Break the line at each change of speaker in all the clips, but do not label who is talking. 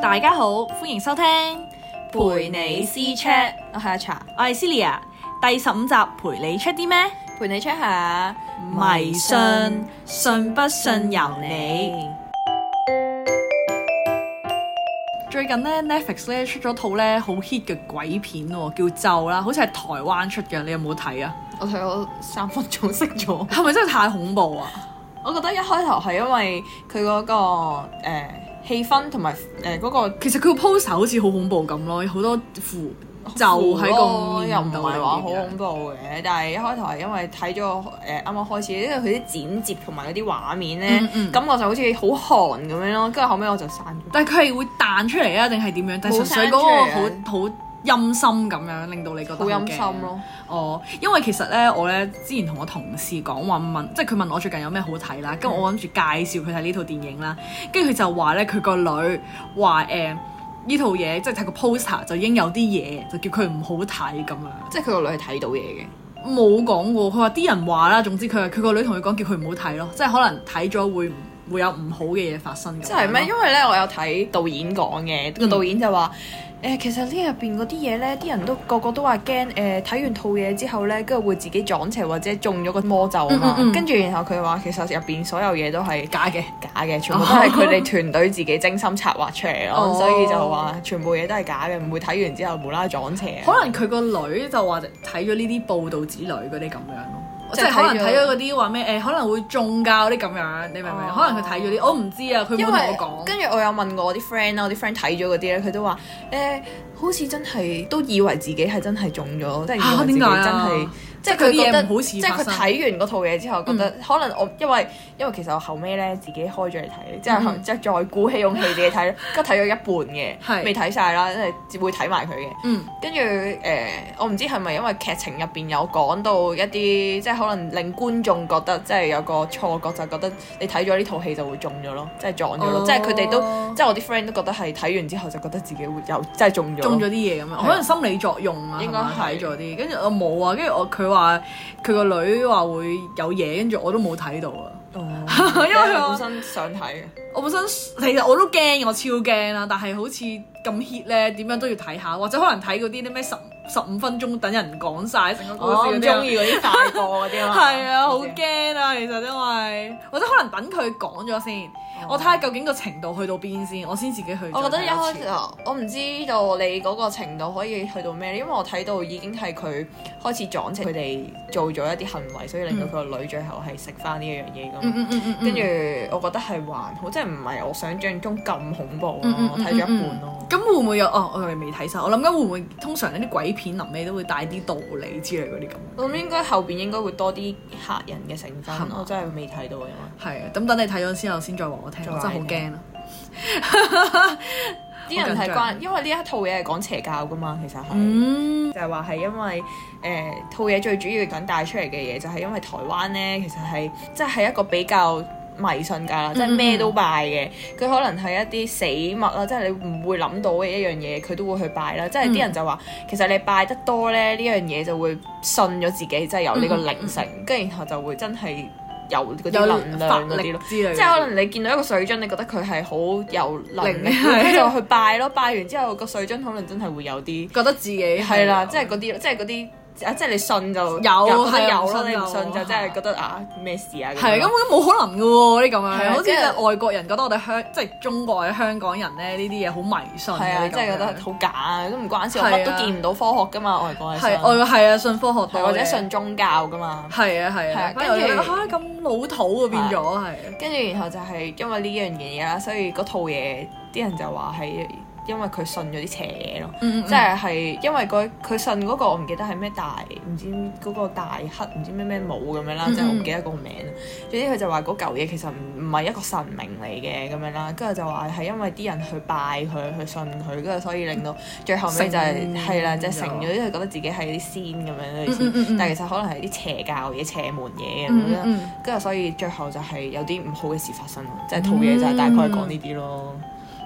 大家好，歡迎收聽陪你私 chat，
我係阿茶，
我係 Celia，第十五集陪你 check 啲咩？
陪你 check 下
迷信，信不信由你。最近咧 Netflix 咧出咗套咧好 hit 嘅鬼片喎，叫咒啦，好似係台灣出嘅，你有冇睇啊？
我睇咗三分鐘識咗。
係咪真係太恐怖啊？
我覺得一開頭係因為佢嗰、個誒、呃、氣氛同埋誒嗰個
其實佢個 pose 好似好恐怖咁咯，好多符咒喺個
咯又唔
面
係
度
話好
裏面嘅
恐怖嘅，但係一開頭係因為睇咗誒啱啱開始，因為佢啲剪接同埋嗰啲畫面咧，
嗯嗯
感覺就好似好寒咁樣咯。跟住後尾我就刪咗。
但係佢係會彈出嚟啊，定係點樣？但係純粹嗰個
冇
好好陰森咁樣，令到你覺得
啊好陰
驚
森。咯，
哦，因為其實咧，我咧之前同我同事講話問，即係佢問我最近有咩好睇啦，跟住
嗯
我諗住介紹佢睇呢套電影啦，跟住佢就話咧佢個女話誒呢套嘢，即係睇個 poster 就已經有啲嘢，就叫佢唔好睇咁樣。
即係佢個女係睇到嘢嘅，
冇講過，佢話啲人話啦，總之佢佢個女同佢講叫佢唔好睇咯，即係可能睇咗會會有唔好嘅嘢發生咁樣咯。
即係咩？因為咧，我有睇導演講嘅，個
嗯
導演就話：誒、其實呢入邊嗰啲嘢咧，啲人都個個都話驚誒，睇、完套嘢之後咧，跟住會自己撞邪或者中咗個魔咒啊嘛
嗯嗯嗯。
跟住、然後佢話其實入邊所有嘢都係
假嘅。
假嘅，全部都係佢哋 團隊自己精心策劃出嚟咯。
哦
所以就話全部嘢都係假嘅，唔會睇完之後無啦啦撞邪。啊
可能佢個女就話睇咗呢啲報道之類嗰啲咁樣咯，即
即係
係可能
睇咗
睇咗嗰啲話咩誒，可能會中教啲咁樣，你明唔明？
哦
可能佢睇咗啲，我唔知啊，佢冇
因
同
為
我講。
跟住我有問過我啲 friend 啦，我啲 friend 睇咗嗰啲咧，佢都話誒、好似真係都以為自己係真係中咗，即係以
嚇
為自
點
己真
解啊
係、即係
即係佢
佢
啲嘢
覺得，
唔好似
即係佢
發生嗯
睇完嗰套嘢之後，覺得、可能我因為因為其實我後尾咧自己開咗嚟睇，即係、
嗯
即係再鼓起勇氣自 己睇，跟住睇咗一半
係
嘅，未睇晒啦，即係會睇埋佢嘅。
嗯，
跟住誒，呃我唔知係咪因為劇情入邊有講到一啲，即係可能令觀眾覺得即係有個錯覺，就覺得你睇咗呢套戲就會中咗咯，即係撞咗咯，
哦
即係佢哋都，即係我啲 friend 都覺得係睇完之後就覺得自己會有即係中咗咯。
中咗啲嘢咁樣，
啊
可能心理作用啊，
應該
係咪
係
睇咗啲，跟住我冇啊，跟住我佢話佢個女話會有嘢，跟住我都冇睇到啊。
哦
因為
你係
我
本身想睇嘅，
我本身其實我都驚，我超驚啊啦，但係好似咁 hit 咧，點樣都要睇下，或者可能睇嗰啲啲咩十十五分鐘等人講晒成個故
我
事
唔
嗰啲啊
中意嗰啲大個嗰啲啊嘛。
係啊，好
我知
驚啊！其實因為或者可能等佢講咗先，我睇下究竟個程度去到邊先，我先自己去再睇次。
哦我覺得一開始啊我唔知道你嗰個程度可以去到咩，因為我睇到已經係佢開始撞邪，佢哋做咗一啲行為，所以令到佢個女最後係食翻呢一樣嘢
嗯，嗯
咁。
嗯嗯嗯，
跟住我覺得係還好，即係唔係我想象中咁恐怖咯
嗯嗯。
我
嗯
睇咗一半咯。
咁會唔會有？哦，我哋未睇晒。我諗緊會唔會通常呢啲鬼片臨尾都會帶啲道理之類嗰啲咁。
我諗應該後邊應該會多啲嚇人嘅成
係
分
嘛，
我真係未睇到因為
係啊，咁等你睇咗之後先再話我聽，我真係好驚啊！
啲人
好緊
係
張
關，因為呢一套嘢係講邪教噶嘛，其實係。
嗯，
就係話係因為誒、呃套嘢最主要想帶出嚟嘅嘢，就係因為台灣咧其實係即係一個比較迷信㗎
嗯
啦，即係咩都拜嘅。佢可能係一啲死物啦，即係你唔會諗到嘅一樣嘢，佢都會去拜啦。即係
嗯
啲人就話，其實你拜得多咧，呢樣嘢就會信咗自己，即係有呢
嗯
個靈性，跟住然後就會真係有嗰啲能
法
量嗰
嗯力
啲咯。
之類嗰啲，
即係可能你見到一個水樽，你覺得佢係好有能力，
靈 係
你就去拜咯。拜完之後，個水樽可能真係會有啲。
覺得自己啊
係啦，即係嗰啲，即係嗰啲啊，即係你信就
有
又覺得
係
有
唔
咯，
信
你唔
就
信就真係覺得啊咩事啊
係
樣
根
咯。
本都冇可能嘅喎，呢咁
係
樣
啊
好似即
跟
係
住
外國人覺得我哋香即係中國或者香港人咧呢啲嘢好迷信嘅，
係啊，
呢咁樣
即係覺得好假啊，都唔關事，我
係啊
乜都見唔到科學噶嘛，外國係
係
信
外國係啊，信科學
係
多
或者
嘅
信宗教噶嘛。
係啊係
係
啊
啊，
跟住
跟住
嚇咁老土啊變咗係
跟住然後就係因為呢樣嘢啦，所以嗰套嘢啲人就話係因為佢信咗啲邪嘢咯。
嗯，嗯
即係係因為佢佢信嗰個我唔記得係咩大唔知嗰個大黑唔知咩咩武咁樣啦，
嗯
即係我唔記得個名啦。總之佢就話嗰嚿嘢其實唔唔係一個神明嚟嘅咁樣啦，跟住就話係因為啲人去拜佢去信佢，跟住所以令到最後尾就係
成
係啦，就
咗
成咗，因為覺得自己係啲仙咁樣類
嗯嗯嗯
似，但係其實可能係啲邪教嘢、邪門嘢咁
嗯
樣啦。
嗯
跟住所以最後就係有啲唔好嘅事發生咯，即係套嘢就係大概講呢啲咯，
嗯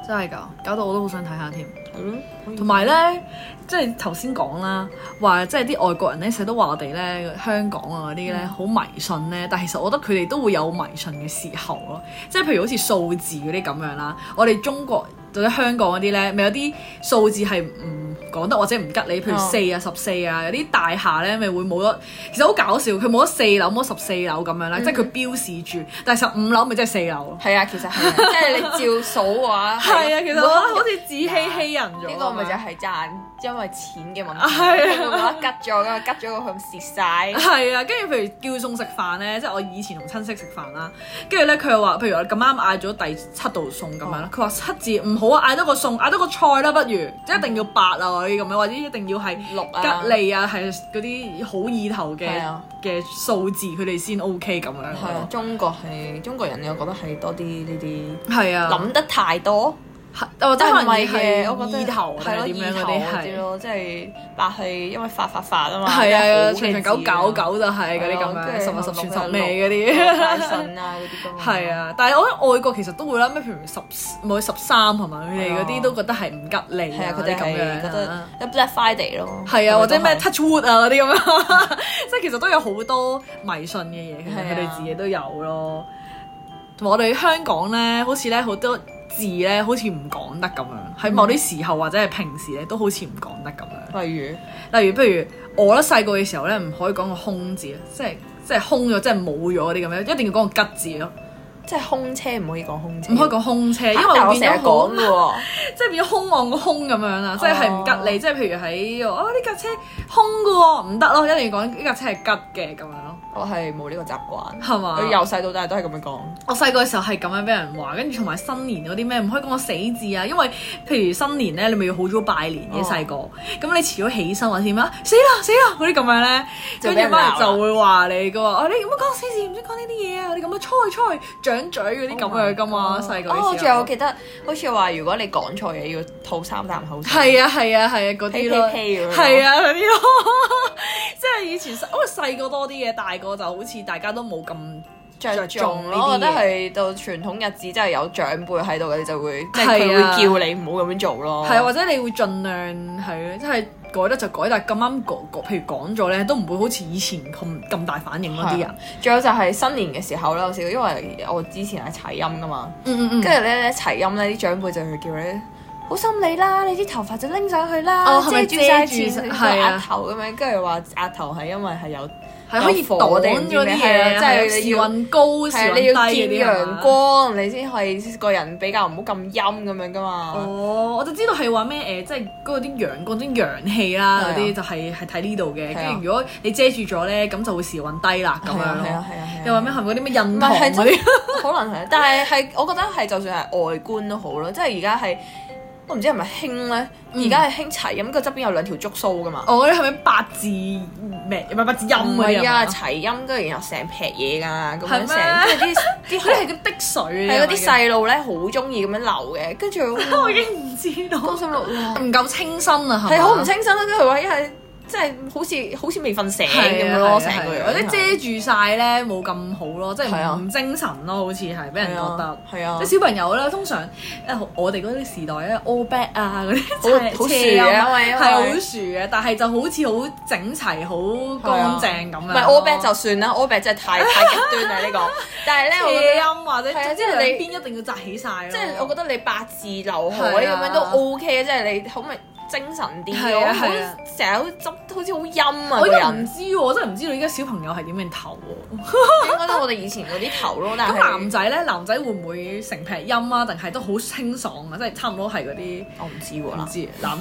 真係㗎，搞到我都好想睇下添。
係咯，
同埋咧，即係頭先講啦，話即係啲外國人咧，成日都話我哋咧香港啊嗰啲咧好迷信咧，但係其實我覺得佢哋都會有迷信嘅時候咯。即係譬如好似數字嗰啲咁樣啦，我哋中國或者香港嗰啲咧，咪有啲數字係唔講得或者唔吉利，譬如
哦
四啊、十四啊，有啲大廈咧咪會冇咗。其實好搞笑，佢冇咗四樓，冇咗十四樓咁樣啦，即係佢標示住，但係十五樓咪即係四樓咯。
係啊，其 實係啊，即係你照數嘅話，
係啊，其實我覺得好
每一
似自欺欺人咗。啊
呢個咪就係賺，因為錢嘅問 題，
係
佢冇得吉咗㗎，吉咗個佢蝕晒。
係啊，跟住譬如叫餸食飯咧，即係我以前同親戚食飯啦，跟住咧佢又話，譬如我咁啱嗌咗第七道餸咁樣啦，佢話七字唔好啊，嗌多個餸，嗌多個菜啦，不如一定要八啊嗰啲咁樣，或者一定要係
六啊
吉利啊，係嗰啲好意頭嘅
係啊
嘅數字，佢哋先 OK 咁樣
係啊
咯。，
中國係中國人，我覺得係多啲呢啲。
係啊，
諗得太多，
我覺得
真
可能
係嘅，
係
我覺得
意頭啊定
係
係
咯，
點
意
樣嗰
頭
啲
嗰
係
啲。咯，即係白係因為發發發啊嘛，
係啊，
即
長
係
長久
好嘅字
久
啊
久就係嗰啲咁
係啊
樣，十
跟
物
住
十全
六
十
六
美嗰啲。
大信啊嗰啲 咁。
係，啊，但係我覺得外國其實都會啦，咩譬如十冇十三係嘛，佢哋嗰
係啊
啲都覺得係唔吉利
係
啊
啊，佢
嗰
哋
啲
係
咁樣
覺得
啊。
一 Black Friday 咯，
係啊，或者咩
佢哋都係
touch wood 啊嗰啲咁樣， 即係其實都有好多迷信嘅嘢，其實
係啊
佢哋自己都有咯。同埋我哋香港咧，好似咧好多字咧，好似唔講得咁樣，
嗯
喺某啲時候或者係平時咧，都好似唔講得咁樣。
例如
例如，譬如我咧細個嘅時候咧，唔可以講個空字啊，即係即係空咗，即係冇咗嗰啲咁樣，一定要講個吉字咯，
即係空車唔可以講空車，
唔可以講空車，因為
啊但我
會
成
變
日
咗好
講，啊哦嘅喎，
即係變咗空望個空咁樣啦，即係係唔吉利，即係譬如喺哦呢架車空嘅喎，唔得咯，一定要講呢架車係吉嘅咁樣咯，
我係冇呢個習慣，
係嘛
佢？由細到大都係咁樣講，
我細個嘅時候係咁樣俾人話，跟住同埋新年嗰啲咩唔可以講個死字啊，因為譬如新年咧，你咪要好早拜年嘅
哦
細個，咁你遲咗起身或者點啊，死啦死啦嗰啲咁樣咧，
就
跟
俾人
住媽
鬧啦
咪就會話你噶話，哦你咁樣講死字，唔識講呢啲嘢啊，你咁樣吹吹掌嘴嗰啲咁樣噶嘛，細個
Oh 哦，我
嘅
仲
時
有
候。
記得，好似話如果你講錯嘢要吐三啖口水，
係啊係啊係啊嗰啲咯，
呸呸呸咁樣
係啊嗰啲咯， 即係以前細，因為細個多啲嘅，大個就好似大家都冇咁
着
着
重
重呢
咯，
啲嘢
我覺得係到傳統日子真係有長輩喺度，你就會即係佢
係啊
會叫你唔好咁樣做咯。
係啊，或者你會盡量係即係改得就改，但係咁啱講講譬如講咗咧，都唔會好似以前咁咁大反應嗰啲
係啊
人。
仲有就係新年嘅時候啦，我試過，因為我之前係齊音噶嘛，
嗯嗯
跟住咧齊音咧啲長輩就會叫你。好心你啦，你啲頭髮就拎上去啦，
哦係
遮
咪
住晒
遮住
前
晒
個
係啊
額頭咁樣，跟住話額頭係因為係有
係可以
有火
擋
定唔知
咗
咩
啲
係啊
嘢，即係
即係你
時
要
運高時
係啊
運
你要見
低嗰啲啊係
陽
嘛。
光，你先可以個人比較唔好咁陰咁樣噶嘛。
哦，我就知道係話咩誒，即係嗰啲陽光、啲陽氣啦，
係啊
嗰啲就係係睇呢度嘅。
係啊
跟住如果你遮住咗咧，咁就會時運低啦咁
係啊
樣
係啊
咯。
係啊係啊！
又話咩係咪嗰啲咩印
唔
堂
係係
嗰
真
啲？
可能係，但係係我覺得係就算係外觀都好咯，即係而家係我唔知係咪興咧，
嗯
而家係興齊音，個側邊有兩條竹須噶嘛。
我嗰啲係咪八字咩？唔係八字音
唔
哦嗰
係
啲
啊，
啊嘛？
齊音跟住然後成劈嘢㗎，咁
係
樣
咩
成即係啲啲
嗰啲係
係
叫滴水
係
啊
嗰啲細路咧好中意咁樣流嘅，跟住
我
哇
已經唔知道。
我心諗哇
唔夠清新啊，
係
係
好唔清新啦，跟住話一係即係好似好似未瞓醒咁樣
啊
咯，成個樣
或者遮住晒咧，冇咁好咯，即
啊係啊
係唔精神咯，好似係俾人覺得。
係啊
即係。小朋友咧，通常誒我哋嗰啲時代咧，all back 啊嗰啲
好好
斜斜啊
薯嘅因為因為
係好薯嘅，但係就好似好整齊、好乾淨咁樣。
啊唔係 all back 就算啦，all back 真係 太太極端啦呢個。但係咧，我覺
斜
得
音或者
係
即
啊即係
係
你
兩邊一定要紮起晒咯。
即係我覺
得
得你八字劉海咁
係啊
樣都 OK 啊，即係你好咪精神啲
係
咯，
啊
好
係啊
成日好執好似好陰啊
我
個
依家唔
人，
知喎，我真係唔知道依家小朋友係點樣頭喎。
應該都我哋以前嗰啲頭咯，但
咁男
係
仔咧，男仔會唔會成劈音啊？定係都好清爽啊？即係差唔多係嗰啲。
我唔知
唔
喎，
知男，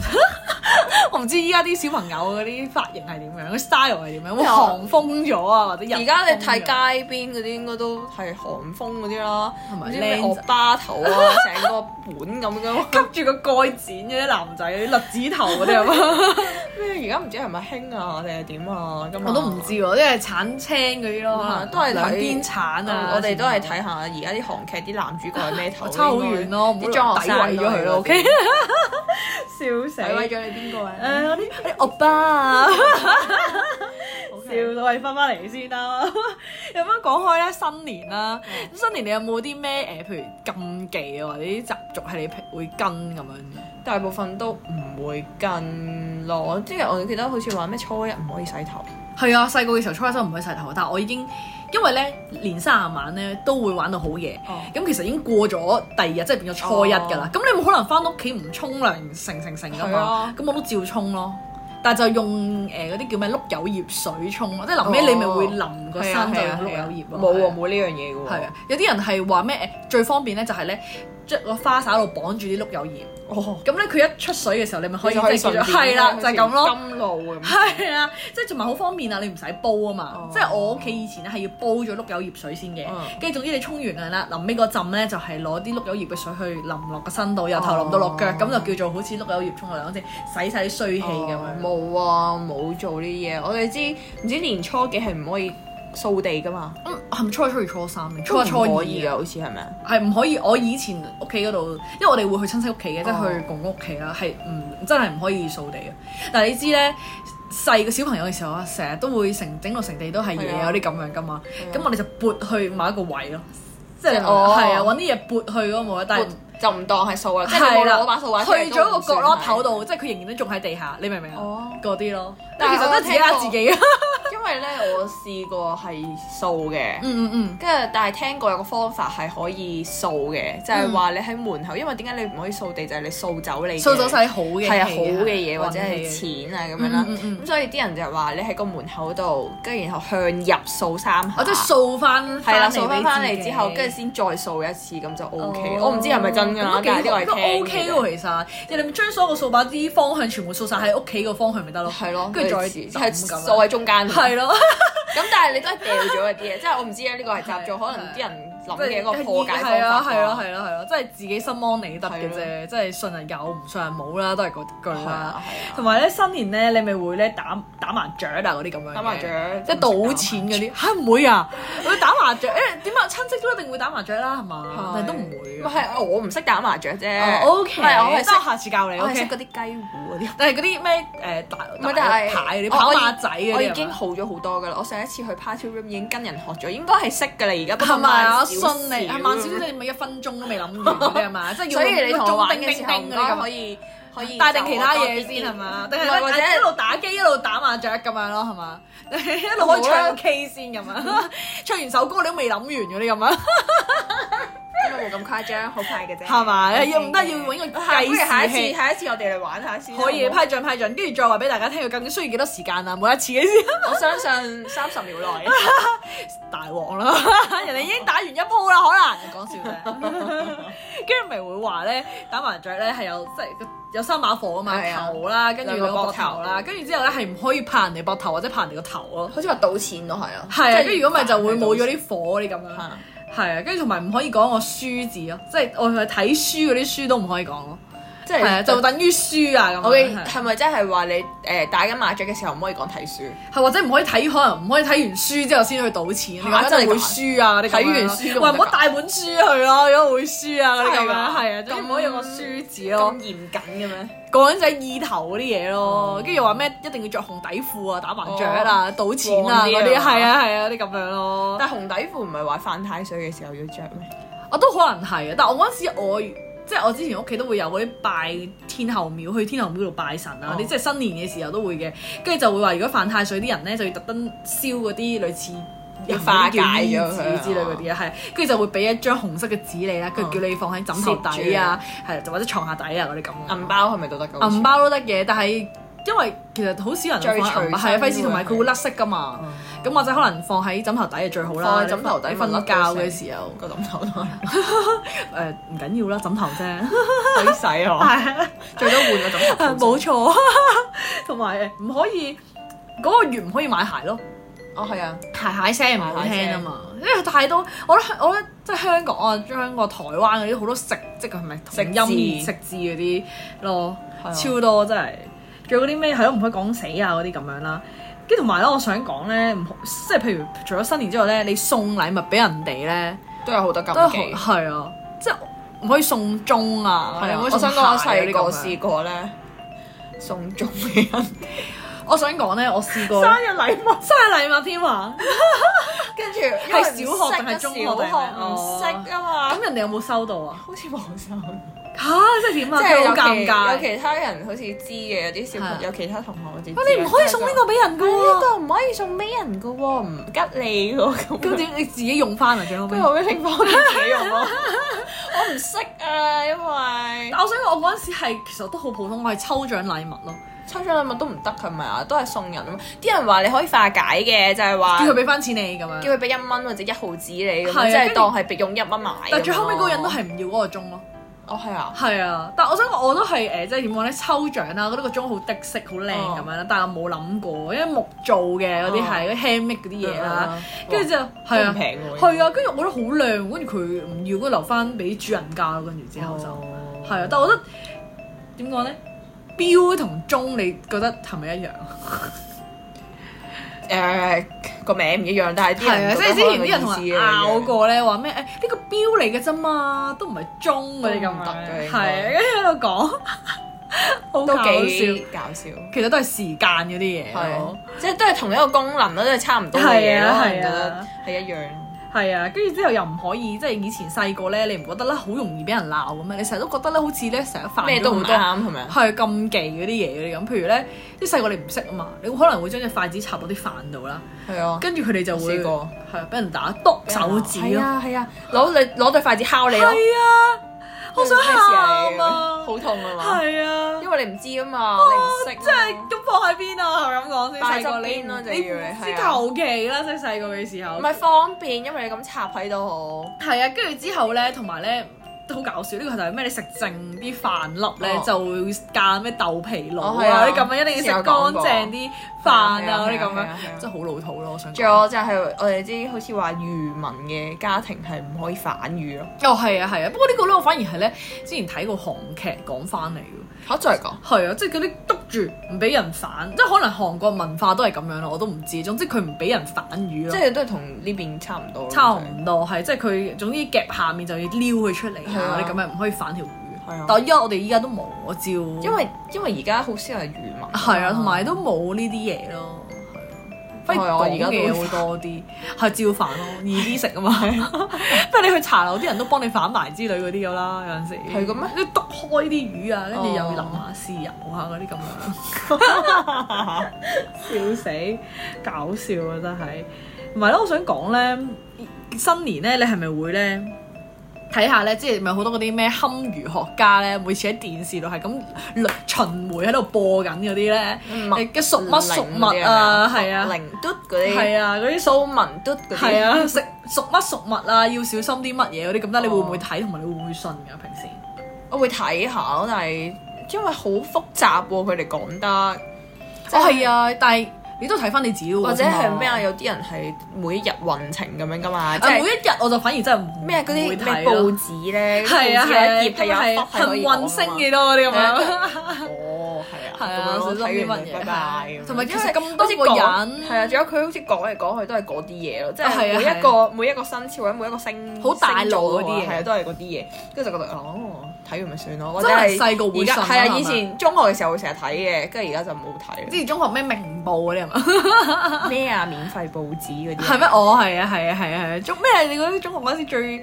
我唔知依家啲小朋友嗰啲髮型係點樣，啲 style 係點樣，會
因為我
韓風咗啊，或者日
而家
風
你睇
咗
街邊嗰啲應該都係韓風嗰啲啦，
同埋
唔知咩
靚
惡
仔
巴頭啊， 成個本咁樣。
吸住個蓋剪嗰啲男仔，栗子頭嗰 啲
哦
啊，
咩而家唔知係咪興啊定係點啊？咁啊
我都唔知喎，即係鏟青嗰啲咯，可能
都係睇嗯
兩邊鏟啊，
我哋都係睇下而家啲韓劇啲男主角係咩頭，
我 差好遠咯，唔好
啲裝學
詆
生
毀咗佢咯，OK，笑死，
詆毀
誒
咗你邊個啊？
我啲我啲歐巴啊。
笑
笑到喂，翻翻嚟先啦。 有冇講開咧新年啦？咁新年你有冇啲咩誒，譬如禁忌啊，或者啲習俗係你平會跟咁樣嘅？
大部分都唔會跟咯，即係我記得好似話咩初一唔可以洗頭，
係啊，細個嘅時候初一真係唔可以洗頭，但係我已經因為咧年卅晚咧都會玩到好夜。
哦
咁其實已經過咗第二日，即係變咗初一㗎啦
哦。
咁、你冇可能翻屋企唔沖涼成成成㗎
係
嘛
啊？
咁、我都照沖咯，但係就用誒嗰啲叫咩碌柚葉水沖咯，即係臨尾你咪會淋個身就用碌柚葉咯。
冇
係啊
喎，冇呢樣嘢嘅喎。
係啊，有啲人係話咩誒最方便咧就係咧將個花灑度綁住啲碌柚葉，
哦，
咁咧佢一出水嘅時候你咪可以
你
即
就可以
係叫
順
做係
便
啦，就係咁咯。
金露咁。
係啊，即係同埋好方便啊！你唔使煲啊嘛，
哦
即係我屋企以前咧係要煲咗碌柚葉水先嘅
嗯，
跟住、總之你沖完涼啦，臨尾嗰浸咧就係攞啲碌柚葉嘅水去淋落個身度，由頭淋到落腳，
哦
咁、就叫做好似碌柚葉沖涼嗰陣洗晒啲衰氣咁樣。
冇啊，冇做呢啲嘢。我哋知唔知年初幾係唔可以掃地噶嘛？
嗯，係咪初一、初二、初三定初一、初
都唔
二
可以嘅，
啊？
好似係咪啊？
係唔可以？我以前屋企嗰度，因為我哋會去親戚屋企嘅，即係
哦
去公公屋企啦，係唔真係唔可以掃地嘅。但係你知咧。細個小朋友嘅時候啊，成日都會成整到成地都係嘢
係啊
有啲咁樣噶嘛，
係啊
咁我哋就撥去某一個位咯，即係
哦
係啊，揾啲嘢撥去嗰個位，但係
就唔當係掃啦，即係你
係
冇
啦
攞把掃把出嚟
去咗個
都唔算
角
係
落頭。度，即係佢仍然都仲喺地下，你明唔明啊
哦？
嗰啲咯，但係
但係
其實都係自己呃自己啊。
因為咧，我試過係掃嘅。
嗯嗯嗯，
跟住，但係聽過有個方法係可以掃嘅，就係話你喺門口，因為點解你唔可以掃地？就係你掃走你嘅
掃走晒好嘅氣
係
啊
啊好嘅嘢或者
運氣
係錢啊咁樣啦。
嗯嗯嗯
咁所以啲人就話你喺個門口度，跟住然後向入掃三下，
我哦即係掃翻
係啦，
掃
掃翻翻嚟之後，跟
住。
住先再掃一次，咁就 O K。我唔知係咪真㗎啦
哦咁，都
但係
幾
呢
好
個係
都
聽
OK
嘅
喎，其實人哋咪將所有個掃把啲方向全部掃晒喺屋企個方向咪得咯，
係咯，
跟住再
類似係
抌咁樣
掃喺中間。
係咯，
咁但係你都係掉咗嗰啲 嘢，即係我唔知啊，呢個係習
係
作，可能啲人諗嘅一個
即係
破解
係啊
方法。
係啊係啊係啊，即係自己心安理得嘅
係
啫，即係信人有唔信人冇啦，都係嗰句
係
啦
啊。係啊，
同埋咧新年咧，你咪會咧打打麻雀啊嗰啲咁樣嘅，
打麻雀
即係賭錢嗰啲，嚇唔會啊！會打麻雀誒點啊？親戚都一定會打麻雀啦，係嘛
係？
但係都唔會
唔
啊。
係我唔識打麻雀啫。
O K，
唔係啊我係
我
識，
下次教你。
我
O
係識
K，
嗰啲雞糊嗰啲。
但係嗰啲咩誒打
唔係，
打
但係
牌嗰啲
我
跑
我已
馬仔嗰啲
我已
係
經
嘛
好咗好多噶啦。我上一次去 party room 已經跟人學咗，應該係識噶啦。而家不過
係咪啊？我
慢
信
少
你
少
係慢少少，你咪一分鐘都未諗完嗰啲係 嘛？即係要
所以你同我玩嘅
冰
時候，
冰
唔
嗰啲
該可
咁。啊嗯
以可以
帶定其他嘢
就我多啲
先係嘛？定
唔
係啊
係或者
一路打機一路打麻雀咁樣咯係嘛？ 一路可以
好啦
唱 K 先咁樣， 唱完首歌你都未諗完嗰啲咁啊 樣。
因為冇咁誇張，好快嘅啫。
係咪？要唔得
OK
要
嘅
揾個
下不如下
計
一
時
次，
器，
下一次我哋嚟玩下先啦。
可以
好唔好
批准批准，跟住再話俾大家聽，佢究竟需要幾多時間啊？每一次嘅先
我相信三十秒 內。
大鑊啦！ 人哋已經打完一鋪啦，可能講笑 啫。跟住咪會話咧，打麻雀咧係有即係有三把火啊嘛，
係啊
頭啦，跟住兩
兩
個
個
膊
膊頭
頭啦，跟住之後咧係唔可以拍人哋膊頭或者拍人哋個頭咯。
好似話賭錢都係啊，
係啊，跟
即係
住如果咪就會冇咗
賭
啲火啲咁樣
錢。。 係
係啊，跟住同埋唔可以講我書字咯，即係我去睇書嗰啲書都唔可以講咯。
即
係啊，
係
就等於書啊咁樣。
我嘅
係啊
係咪真係話你誒打緊麻雀嘅時候唔可以講睇書？
係或者唔可以睇，可能唔可以睇完書之後先去賭錢，如
嚇
果真係
真係
會
㗎
輸啊！你咁樣
睇完書都唔
喂
得㗎
唔好帶本書去咯，如果會輸啊嗰啲咁
真
樣，
係㗎
係啊，總之唔可以有個
咁
書字咯
咁，嚴謹嘅咩？
講緊就係意頭嗰啲嘢
哦
咯，跟住又話咩一定要着紅底褲啊、打麻雀啊、賭錢啊
黃哦啲
嗰
啊
啲，係啊係啊啲咁樣咯，
但紅底褲唔係話犯太歲嘅時候要着咩？
我都可能係啊，但我嗰陣時我。即係我之前屋企都會有嗰啲拜天后廟，去天后廟度拜神啊，
哦
嗰啲即係新年嘅時候都會嘅，跟住就會話如果犯太歲啲人咧，就要特登燒嗰啲類似
要化解咗佢啊哦
紙之類嗰啲啊，係，跟住就會俾一張紅色嘅紙你啦，跟住叫你放喺枕頭底啊，係就或者床下底啊嗰啲咁啊。
銀包係咪都得㗎？
銀包都得嘅，但係因為其實好少人
最
放銀包，係
隨
啊，
身
費事同埋
會
佢會甩色噶嘛。咁或者可能放喺枕頭底就最好啦。
放喺枕頭底
你瞓
咪甩
覺
到
嘅
成
時候，
個枕頭都係
誒呃唔緊要啦，枕頭啫。
可以洗我，最多換個枕頭。
冇錯，同埋唔可以嗰、個月唔可以買鞋咯，
哦，係啊，
鞋鞋聲唔好聽啊嘛，因為太多，我覺得我覺得即係香港啊、香港、台灣嗰啲好多食即係咪同音
食字
食字嗰啲咯，
係啊
超多真係，仲有嗰啲咩係咯，唔可以講死啊嗰啲咁樣啦。跟住同埋咧，我想講咧，唔好即係譬如除咗新年之外咧，你送禮物俾人哋咧，
都有好多
都
禁忌
係。係啊，即係唔可以送鐘啊，
係啊，
唔可
我
以送
想講我
鞋啊
細
呢啲
個
咁樣
試過咧，送中俾人，
我想講咧，我試過
生日禮物，
生日禮物添啊！
跟住
係小學定係中學定係咩
唔識啊嘛
咁， 人哋有冇收到啊？
好似冇收。
嚇！即係點啊？
即
即
係
係
有
好尷
其有
尬。
其他人好似知嘅，有啲小
係啊
朋友其他同學好似知
哇你唔可以送呢個俾人噶
呢
喎，
個唔可以送俾人噶喎，唔吉利噶咁。
咁點你自己用翻啊？最後尾
佢。後尾拎翻屋企用咯。 我唔識啊，因為
但我想講，我嗰陣時係其實都好普通，我係抽獎禮物咯，
抽獎禮物都唔得，係咪啊？都係送人啊嘛。啲人話你可以化解嘅，就係
叫
話
佢俾翻錢你咁
叫
樣。
佢俾一蚊或者一毫紙你咁
係啊
樣，
跟
即係
住
當係俾用一蚊買咁樣咯。
但最後尾嗰個人都係唔要嗰個鐘咯。
哦，係啊，
係啊，但我想講我都係誒、呃即係點講咧？抽獎啦，覺得個鐘好的色，好靚咁樣啦，但係我冇諗過，因為木做嘅嗰啲係嗰啲 handmade 嗰啲嘢啊
啊
啦，跟住
就
就係
都
啊
唔，平喎
係啊，跟住我覺得好靚，跟住佢唔要，跟住留翻俾主人家咯，跟住之後就
哦
係啊，但我覺得點講咧？錶同鐘，你覺得係咪一樣？
誒個名唔一樣，但係啲
係啊，
人
即係之前啲人同人拗
過。
過咧，話咩誒呢個錶嚟嘅啫嘛，都唔係鐘嗰啲咁
都唔得嘅
樣，係啊，跟住喺度講，好
都
搞笑
幾。搞笑，
其實都係時間嗰啲嘢
係
咯。
即係都係同一個功能咯，都係差唔多嘅嘢
係
咯，
啊
我
係啊
覺得係一樣。
係啊，跟住之後又唔可以，即係以前細個咧，你唔覺得咧好容易俾人鬧咁咩？你成日都覺得咧，好似咧成日犯
咩都
咗
唔
好
啱
多
係咪啊？
係禁忌嗰啲嘢嗰啲咁。譬如咧，啲細個你唔識啊嘛，你可能會將隻筷子插到啲飯度啦，
係啊，
跟住佢哋就會
試過
係啊俾人打篤手指
係
咯。
啊係啊，攞你攞對筷子敲你
係
咯，
啊，好想
咩事啊你
喊啊！
好痛啊嘛，
係啊
因，為你唔知啊嘛，你唔識啊嘛，
即係咁放喺邊啊？係咪咁講先？
擺
細
側
個你
邊咯
唔
就
你
要你
唔
係
知
啊
求其啦，即係細個嘅時候
唔。係方便，因為你咁插喺度好。
係啊，跟住之後咧，同埋咧都好搞笑。呢、個就係咩？你食剩啲飯粒咧，
哦
就會間咩豆皮佬
哦係啊
啊，你咁樣一定要食乾淨啲飯
係啊
啊，嗰啲
係啊
咁
係啊係啊
樣，真係好老土咯。我想
仲
講。
有就係我哋知好似話漁民嘅家庭係唔可以反語咯，
哦，係啊，係啊。不過呢個咧，我反而係咧之前睇過韓劇講翻嚟嘅。
嚇就係講
係啊，即係嗰啲督住唔俾人反，即係可能韓國文化都係咁樣咯，我都唔知。總之佢唔俾人反語
即
咯。
係都係同呢邊差唔多。
差唔多係，即係佢總之夾下面就要撩佢出嚟
係啊
啊！你咁樣唔可以反條魚。
係啊
但係依家我哋依家都冇，我照。因
因為因為而家好少人漁民，
係啊，同埋都冇呢啲嘢咯，係啊，不如
係啊我
講
而家都
嘅嘢會多啲，係照飯咯，易啲食啊嘛，不如你去茶樓啲人都幫你反埋之類嗰啲噶啦，有陣時
係嘅咩
你篤開啲魚啊，跟住又要淋
哦
下豉油啊嗰啲咁樣，笑 死，搞笑啊真係，唔係咯，我想講咧，新年咧，你係咪會咧？睇下咧，即係咪好多嗰啲咩堪輿學家咧，每次喺電視度係咁輪巡迴喺度播緊嗰啲咧，
物
嘅屬乜屬物啊，係啊，
零嘟嗰啲，
係啊， 嗰啲屬
蘇文嘟嗰啲，
係啊，食屬乜屬物啊，要小心啲乜嘢嗰啲咁得，你
哦
會唔會睇同埋你會唔會信㗎？平時
我會睇下咯，但係因為好複雜喎，佢哋講得，即
哦係啊，但係你都睇翻你自己嗰個
或者係咩啊？
啫
有啲人係每一日運程咁樣噶嘛，即
嘛啊每
係
一日我就反而真係唔
咩嗰啲
會
咩
睇咯
報紙咧，
係啊
報紙有一頁係
係啊，
有
係
一幅係可
幸
以講㗎嘛
運星幾多嗰啲咁
係
樣。
哦，係啊，
係啊
咁樣咯
小心啲乜嘢
睇完就拜啊拜
同埋
因
其
為
實咁多
好似
個
講
人
係啊，仲有佢好似講嚟講去都係嗰啲嘢咯，即
啊係
係
啊
每一個每一個生肖或者每一個星
好大路
星座
嗰
嘅話
啲嘢
係啊，都係嗰啲嘢，跟住就覺得哦，睇完咪算咯，或者
真係
係
細個會
而家
信啊
係
係
啊，
嘛
以前中學嘅時候會成日睇嘅，跟住而家就冇睇
之前中學咩明報嗰啲係嘛？
啦。咩啊？免費報紙嗰啲
係咩？？我係啊，係啊，係啊，係啊！中咩？你嗰啲中學嗰陣時最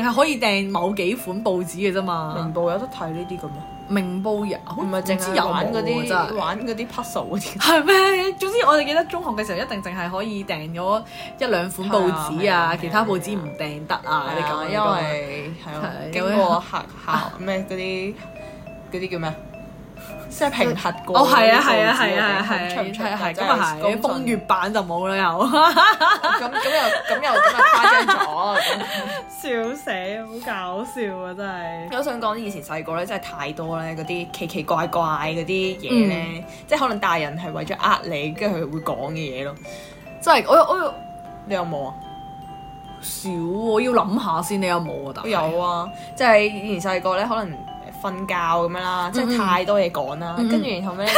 淨係可以訂某幾款報紙嘅啫嘛。
明報有得睇呢啲咁咩？
明報有，好
唔係
知
淨係
有
玩
冇
嗰
喎真
啲
係。
玩嗰啲 puzzle 嗰啲。
係咩？總之我哋記得中學嘅時候一定淨係可以訂咗一兩款報紙
係啊係啊
啊，其他報紙唔訂得啊。你
係
咁
啊，
樣
因為係啊
係，
經過核 校咩嗰啲嗰啲叫咩啊？即係平核過。
哦係啊係啊係啊係啊
出唔出
係啊係咁
真
啊係，
公
風
信
月版就冇啦又。
咁咁又咁又咁又啊誇張咗。
笑死，好搞笑啊！真係。
咁我想講以前細個咧，真係太多咧嗰啲奇奇怪怪嗰啲嘢
嗯
咧，即係可能大人係為咗呃你，跟住佢會講嘅嘢咯。即係我有我有你有冇啊？
少喎，要諗下先，你有冇啊？但係
我有啊，即係以前細個咧，可能瞓覺咁樣
嗯
啦，即係太多嘢講啦，跟住然後咩？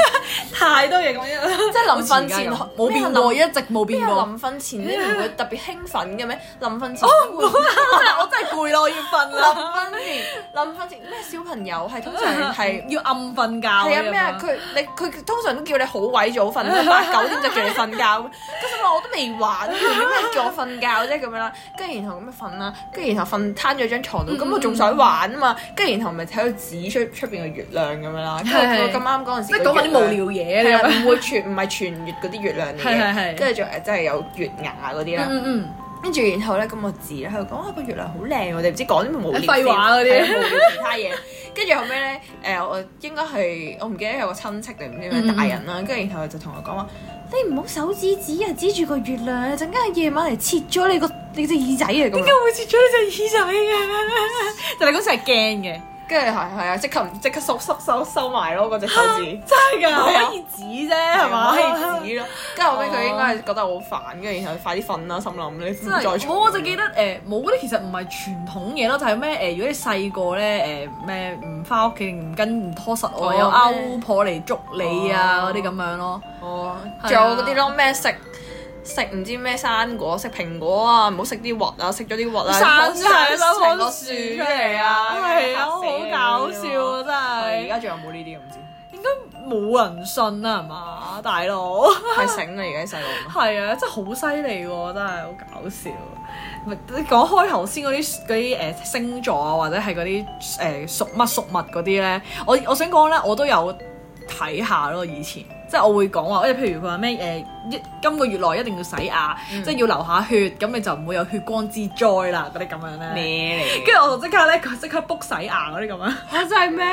太多嘢講咗，
即係臨瞓
瞓
前啊
前啊
可
冇變過，一直冇
邊
變
有
過。 哦啊
臨瞓前你唔會特別興奮嘅咩？臨瞓前會即係我真係估
攰咯，要瞓 啦。
臨婚前，臨婚前咩小朋友係通 常係
要暗瞓覺。
係
係
啊咩啊？佢你佢通常都叫你好鬼早瞓， 八九點就叫你瞓覺。跟住我話我都未玩，做咩叫我瞓覺啫咁樣啦？跟住然後咁樣瞓啦，跟住然後瞓攤咗張床
嗯
度，咁我仲想玩啊嘛。跟住然後咪睇到指出出邊嘅月亮咁樣啦。跟住
係
我咁啱嗰陣時
即係講
個
緊
月
啲
亮
無聊嘢
係
咁
啦，
樣。
唔會全唔係全月嗰啲月亮嚟
係啊係
嘅，
係
跟住仲誒真係有月牙嗰啲啦。
嗯嗯
跟住然後咧，咁我字咧喺度講啊個月亮好靚，我哋唔知講啲冇聊
廢話嗰啲
係啊無聊其他嘢。跟住後尾咧，誒我應該係我唔記得有個親戚定唔知咩大人
嗯
啦，跟住然後佢就同我講話：你唔好手指指啊，指住個月亮，陣間夜晚嚟切咗你個你隻耳仔啊咁樣。
會切咗呢隻耳仔嘅？但係你嗰時係驚嘅，
跟住係係啊，即刻唔即刻收收收收埋咯嗰隻手指。
真係㗎，
係啊
可以指啫， 係啊嘛？哦
可以指咯，跟住後 尾佢應該係覺得我好煩，跟住然後佢快啲瞓啦，心諗你唔
真
再
係
嘈
冇，我就記得誒冇嗰啲其實唔係傳統嘢咯，就係咩誒？如果你細個咧誒咩唔翻屋企唔跟唔拖實我，
哦
有
咩
歐婆嚟捉你啊
哦
嗰啲咁樣咯。
哦，
係啊
仲有嗰啲咯咩食食唔知咩生果，食蘋果啊，唔好食啲核啊，食咗啲核啊，
晒
生
棵
成個樹出嚟啊，
係啊，
嚇
好
死你
搞笑啊！真
係而
係，
家仲有冇呢啲我啊唔知，
應該冇人信啊啦，係嘛，大佬？
係醒啦而家啲細路。
係啊，真係好犀利喎！真係好搞笑。咪你講開頭先嗰啲嗰啲誒星座啊，或者係嗰啲誒屬乜屬物嗰啲咧，我我想講咧，我都有睇下咯。以前即係我會講話，誒譬如佢話咩誒，一今個月內一定要洗牙，
嗯
即係要流下血，咁你就唔會有血光之災啦嗰啲咁樣咧。
咩嚟
跟住我就即刻咧，佢即刻 book 洗牙嗰啲咁啊樣，
嚇真係咩？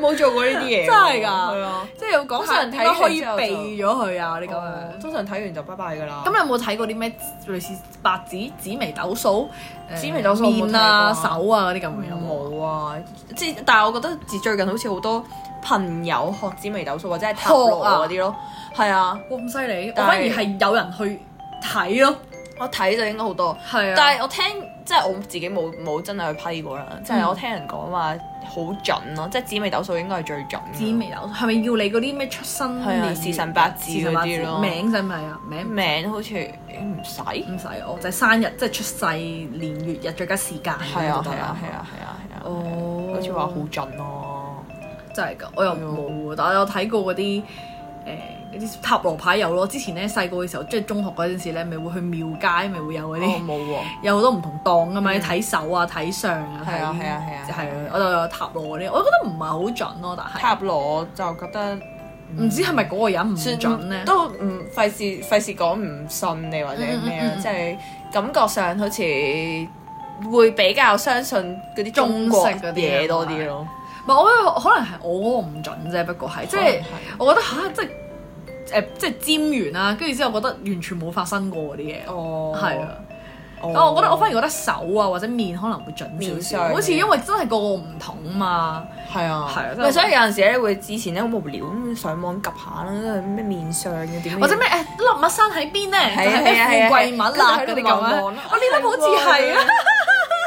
我冇做過呢啲嘢喎，
真係㗎
係啊，
即係要講
通
下
常睇
點樣可以
完之後就
避咗佢啊嗰啲咁樣
哦。通常睇完就拜拜㗎啦。
咁你有冇睇過啲咩類似白紙紫微斗數、誒
紫微斗數我冇睇過
面啊、手啊嗰啲咁樣有冇？
冇啊，即係但係我覺得自最近好似好多朋友學紫微斗數或者係塔
學
羅
啊
嗰啲咯，係啊，
哇咁犀利！我
但係
反而係有人去睇咯，
我睇就應該好多，
係啊。
但係我聽即係我自己冇冇真係去批過啦，即
嗯
係我聽人講話好準咯，即係紫微斗數應該係最準嘅。
紫微斗數係咪要你嗰啲咩出生
係啊
年
時辰八字
時辰八字
嗰啲咯嗯
名使唔使啊？名
名好似唔使，係
唔使，我就係生日，即係出世年月日，再加時間。
啊
就
係
得啦
啊係啊係啊係啊，
哦，
好似話好準咯，
真係㗎，我
啊
又冇喎，但係我有睇過嗰啲誒嗰啲塔羅牌有咯。之前咧細個嘅時候，即係中學嗰陣時咧，咪會去廟街，咪會有
我
嗰啲。
冇喎，
有好多唔同檔噶嘛，
哦嗯
你睇手啊、睇相啊，
係啊
睇
係啊係啊
係啊，我就有塔羅嗰啲，我覺得唔係好準咯，但係
塔羅就覺得。
唔知係咪嗰個人唔
算
準咧？
都唔費事費事講唔信你或者咩
嗯嗯嗯
啦，
嗯
即係感覺上好似會比較相信嗰啲中
中
國
式嗰啲
嘢多啲咯，
唔係，我覺得可能係我嗰個唔準啫，不過係即係我覺得吓，即係誒即係尖完啦，跟住之後覺得完全冇發生過嗰啲嘢，
哦
係啊。
哦
我覺得我反而覺得手啊或者面可能會準
面
少
相
少，好似因為真係個個唔同嘛，
係啊，
係啊真係
咪所以有陣時咧會之前咧好無聊咁上網 𥄫 下啦，咩面相嘅點樣，
或者咩誒粒物生喺邊咧，
係
就
啊
係咩
係啊
富貴物啦
係啊
嗰啲
係啊
咁啊，我
望
呢
望咯
粒好似係啊。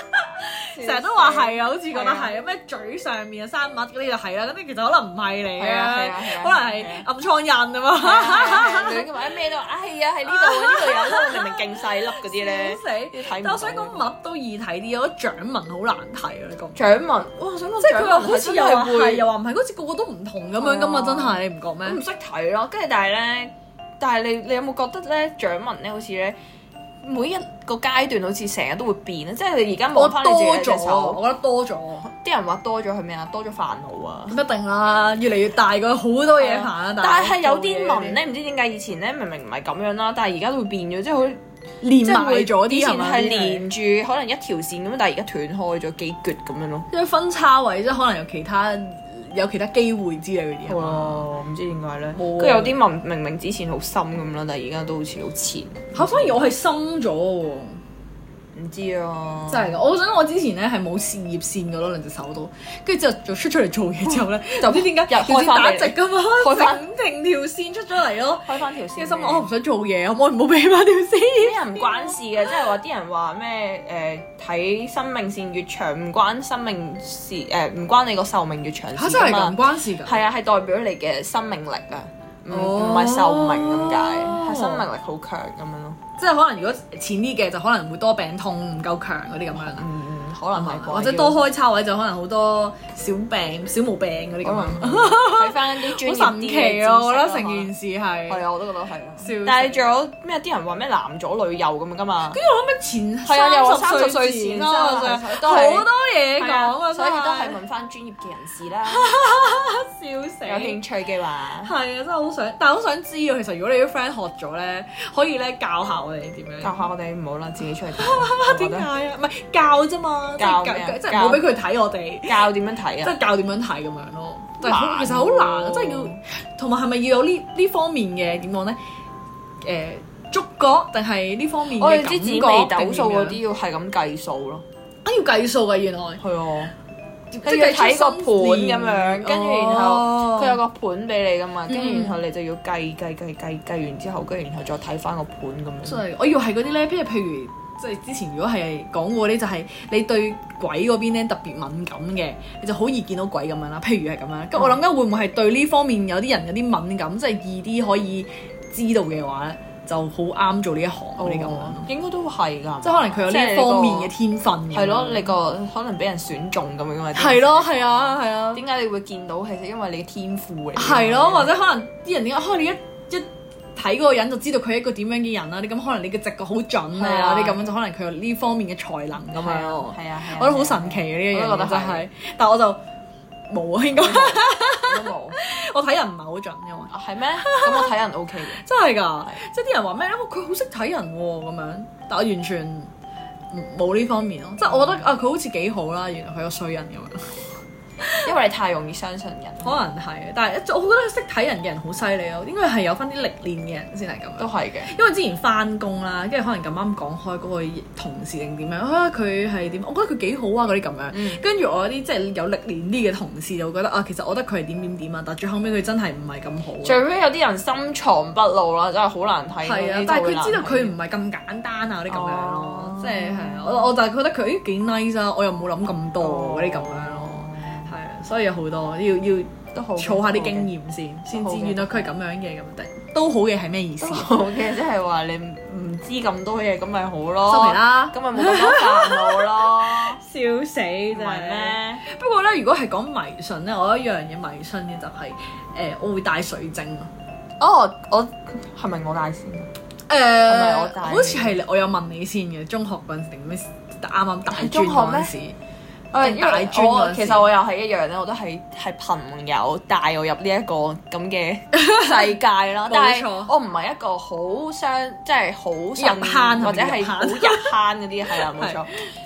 成日都 話係啊，好似覺得
係
係啊，咩嘴上面啊生物嗰啲就係啦，咁你其實可能唔係你
係啊係
啊
啊係，啊
可能係暗瘡印啊嘛，
女嘅話咩都話，啊係啊喺呢度呢度有粒，明明勁細粒嗰啲咧
好，死！
睇唔啊
但我想
到
講物都易睇啲，我覺得掌紋好難睇啊，你覺唔覺？
掌紋，哇！我想講
即係佢又
掌紋
好
係
似
真
又
係
話係
會
又話唔係，好似個個都唔同咁樣噶嘛，
係啊
真係你唔覺
我唔
咩？
識睇咯，跟住但係咧，但係你你有冇覺得咧掌紋咧好似咧每一個階段好似成日都會變啊咧，即係你而家
我
望翻你
多
自己隻
咗，
手，
我覺得多咗，
啲人話多咗係咩啊？多咗煩惱啊！
咁一定啦，越嚟越大個好多嘢煩啊，
但係
係
有啲紋咧，唔知點解以前咧明明唔係咁樣啦，但係而家都會變咗，即係好
連
即係
埋
會
咗
以
啲
前
係咪？
係連住可能一條線咁，但係而家斷開咗幾橛咁樣咯。
因為分叉位即係可能有其他有其他機會之類嗰啲係嘛
哇！唔知點解咧，
冇啊
跟住有啲紋明明之前好深咁啦，但係而家都好似好淺，
嚇，反而我係深咗喎，
唔知啊，
真係㗎！我想講我之前咧係冇事業線嘅咯，兩隻手都，跟住之後就出出嚟做嘢之後 咧，就唔知點解
又
條線
開返
打
俾你
直㗎嘛，
開返嗯
整定條線出咗嚟咯，
開翻條線
跟
俾
住心
你
諗哦我唔想做嘢，可唔可以唔好俾翻條線？
啲人唔關事嘅，即係話啲人話咩誒睇生命線越長唔關生命事誒唔關你個壽命越長
嚇
事
真係
㗎
咁
嘛，
關事㗎，
係啊係代表你嘅生命力啊，唔
哦
唔係壽命咁解，係生命力好強咁樣咯，
哦即係可能如果淺啲嘅就可能會多病痛唔夠強嗰啲咁樣啦。
嗯可能係
或者多開叉位就可能好多小病、小毛病嗰啲
可
咁啊
能。 睇翻啲專業
好神
啲嘅
奇啊！我覺得
知識
成
可能
件事係，
係啊，我都覺得係啊
笑死。
但係仲有咩啲人話咩男左女右咁噶嘛？
跟住我諗起前
係啊又話
三十歲
30歲
前
前
啦，我
真係
就
都係
好多嘢講啊，
所以都係
真
問翻專業嘅人士 啦。
係笑死。
有興趣嘅話，
係啊，真係好想，但係好想知啊。其實如果你啲 friend 學咗咧，可以咧教下我哋點樣。
教下我哋唔好啦，自己出去 睇。
點解啊？唔係教啫嘛，即係
教咩啊
即係唔好俾佢睇我哋，
教點樣睇
即
啊？
係教點樣睇咁樣咯。但係
難
好
喎
其實好難，啊即係要同埋係咪要有呢呢方面嘅點講咧？誒觸覺定係呢方面
我哋
嘅
啲
感覺
紫微斗數嗰
定點樣
啲要係咁計數咯。
啊要計數嘅原來。
係啊，
即
你要睇個盤咁樣，跟住然後佢有
個
個盤俾你噶嘛，跟
哦嗯
住然後你就要計計計計計完之後，跟住然後再睇翻個盤咁
真
樣。
係，我以為係嗰啲咧，譬如譬如即係之前如果係呃講過咧，就係你對鬼嗰邊咧特別敏感嘅，你就好易見到鬼咁樣啦。譬如係咁樣，咁我諗緊會唔會係對呢方面有啲人有啲敏感，即係易啲可以知道嘅話咧，就好啱做呢一行
哦
嗰啲咁樣咯。
應該都係㗎，
哦即係可能佢有呢一方面嘅天分咁樣。
係咯，你個可能俾人選中咁樣㗎嘛。
係咯，係啊，係啊。
點解你會見到？其實因為你嘅天賦嚟㗎。
係咯，或者可能啲人點解，可啊能你一一睇嗰個人就知道佢係一個點樣嘅人啊啦。你咁可能你嘅直覺好準
係
啊，
啊
你咁樣就可能佢有呢方面嘅才能咁樣咯。
係啊，係啊
我覺得好神奇嘅呢樣
我
嘢
都覺得
真
係
係，但係我就冇啊，應該
都冇。
我睇人唔係好準，因為
啊係咩？咁我睇人 O K 嘅，
真係㗎，即係啲人話咩哦佢好識睇人喎咁樣，但我完全唔冇呢方面咯。即係我覺
嗯
得啊，佢好似幾好啦，原來佢個衰人咁樣，
因為你太容易相 信人，
可能係，但係我覺得識睇人嘅人好犀利咯，應該係有翻啲歷練嘅人先係咁樣
都。係嘅。
因為之前翻工啦，跟住可能咁啱講開嗰個同事定點樣啊，佢係點？我覺得佢幾好啊，嗰啲咁
嗯
樣。跟住、我有啲即係有歷練啲嘅同事就覺得啊，其實我覺得佢係點點點啊，但最後尾佢真係唔係咁好啊。
最尾有啲人深藏不露啦，真係好難睇。
係啊，但係佢知道佢唔係咁簡單啊，嗰啲咁樣咯
哦，
即係係啊，我我就係覺得佢咦幾 nice 啊，我又冇諗咁
哦
多嗰啲咁樣咯，係啊，所以有好多要要
都好
儲下啲經。驗先，先
好
知
嘅
原來佢係咁樣嘅咁樣，都好嘅係咩意思
都？ 好嘅，即係話你唔知咁多嘢，咁咪好咯。
收皮啦
咁咪冇咁多煩惱咯，
笑死 真
唔係咩？
不過咧，如果係講迷信咧，我有一樣嘢迷信嘅就係、呃我會帶水晶咯。
哦，我係咪我帶先啊？
誒、
咪我帶
呃好似係我有問你先嘅，中學嗰陣時定咩？啱啱大專
中學
嗰
咩
陣時，
誒，因
大
為
專嗰陣
我
時
其實我又係一樣咧，我都係係朋友帶我入呢一個 咁嘅世界啦。但係
冇錯
我唔係一個好相，即係好
入坑
信或者
係咪
係好入坑嗰啲，係啦，冇
係
錯。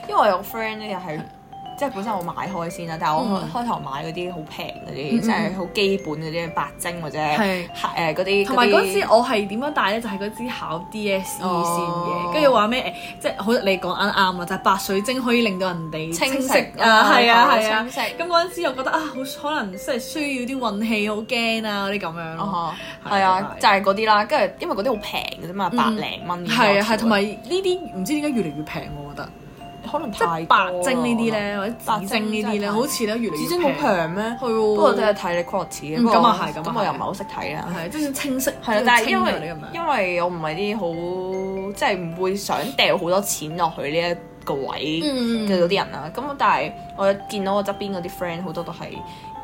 因為我有個 friend 咧，又係即係本身我買開先啦，但係我
嗯
開開頭買嗰啲好平嗰
嗯嗯
啲，即係好基本嗰啲白晶或者
係
誒嗰啲。
同埋嗰
啲
支我係點樣帶咧？就係嗰支考 DSE 先
哦
嘅，跟住話咩誒，即係好你講啱啱啊啦，就係白水晶可以令到人哋
清
晰
晰
啊，係啊
哦
係啊
清。晰
咁嗰陣時我覺得啊，好可能即係需要啲運氣，好驚啊嗰啲咁樣咯。
啊
係
哈，係啊，就
就
係嗰啲啦。跟住因為嗰啲好平嘅啫嘛，百零蚊。
係啊係，同埋呢啲唔知點解越嚟越平，我覺得。
可能
即
太
係
多啦
白晶呢啲。咧，或者紫晶呢啲
白晶真
咧，
係
好似咧越嚟
紫
越
晶好平咩？
係喎
不過都係睇你 quality 嘅。
嗯
不過
咁啊係咁啊
咁我又唔係好識睇啦。
係即係清晰，
啊係啦，但係
清
因
咗你
為
咁樣
因為我唔係啲好即係唔會想掉好多錢落去呢一個位
嗯
嘅嗰啲人啦。咁啊但係我見到我側邊嗰啲 friend 好多都係。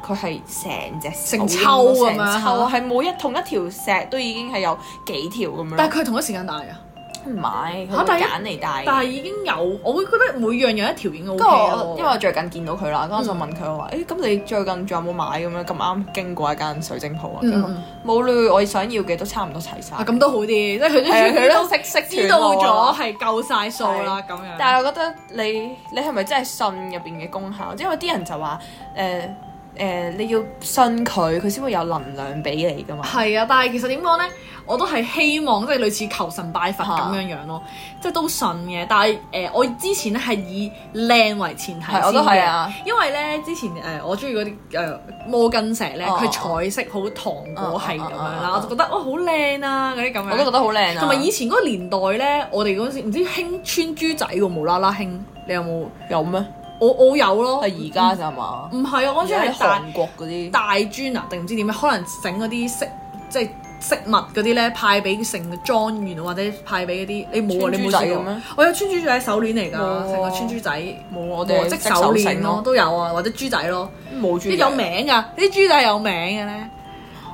佢係成隻手
成抽咁樣
成抽啊係每一同一條石都已經係有幾條咁樣。
但係佢係同一時間戴
啊
㗎，
唔係，
嚇
佢
但係
會
一
揀嚟戴嘅。
但係已經有，我會覺得每樣有一條已經 O
跟住我，
K
因為我最近見到佢啦，咁我就問佢我話：，誒，咁你最近仲有冇買咁樣？咁啱經過一間水晶鋪啊，
嗯
佢話冇嘞，我想要嘅都差唔多齊晒。
啊咁都好啲，即係佢都
係啊佢都
都
識識
知道咗。係夠晒數啦咁樣。
但係我覺得你你係咪真係信入邊嘅功效？因為啲人就話誒誒，你要信佢，佢先會有能量俾你噶嘛。
係啊，但係其實點講咧，我都係希望即係類似求神拜佛咁樣樣咯，即係都信嘅。但係誒、呃我之前咧係以靚為前提先
係我都係
嘅
啊，
因為咧之前誒、呃我中意嗰啲誒摩根石咧，
哦
佢彩色好糖果係咁樣
哦
啦
哦，
我就覺得哇好靚啊嗰啲咁
我都覺
樣。
得好靚啊。
同埋以前嗰個年代咧，我哋嗰陣時唔知興穿珠仔喎，無啦啦興，你有冇？
有咩？
我我有咯，
係而家咋嘛？
唔係啊，我嗰陣
而
時
家
係
喺
大
韓國嗰啲
大專啊，定唔知點樣，可能整嗰啲色即係飾物嗰啲咧派俾成個莊園或者派俾嗰啲，你冇啊？
穿
你
珠
冇
仔
試
嘅
過
咩？
我有穿珠仔手鏈嚟㗎，
冇喎
成個穿珠仔，
冇我
冇啊
哋
即
即
手鏈
繩
咯，，都有啊，或者珠仔咯，
冇珠
啲有名㗎，啲珠仔有名嘅咧，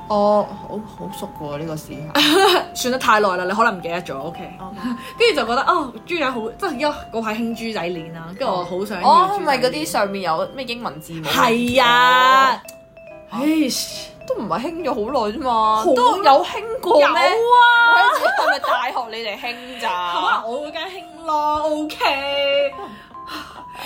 哦，好好熟喎呢個事，
算得太耐啦，你可能唔記得咗，OK。跟
哦
住就覺得哦，豬仔好，即係而家嗰排興豬仔鏈啦，跟住我好想要
哦，係
豬
咪
仔
嗰啲哦
鏈
上面有咩英文字母？
係啊，唉，
都唔係興咗好耐啫嘛，
好
哦都有興過
有
咩？
啊，
我一直係咪大學你哋興
可能
咋？
我嗰間興咯，OK。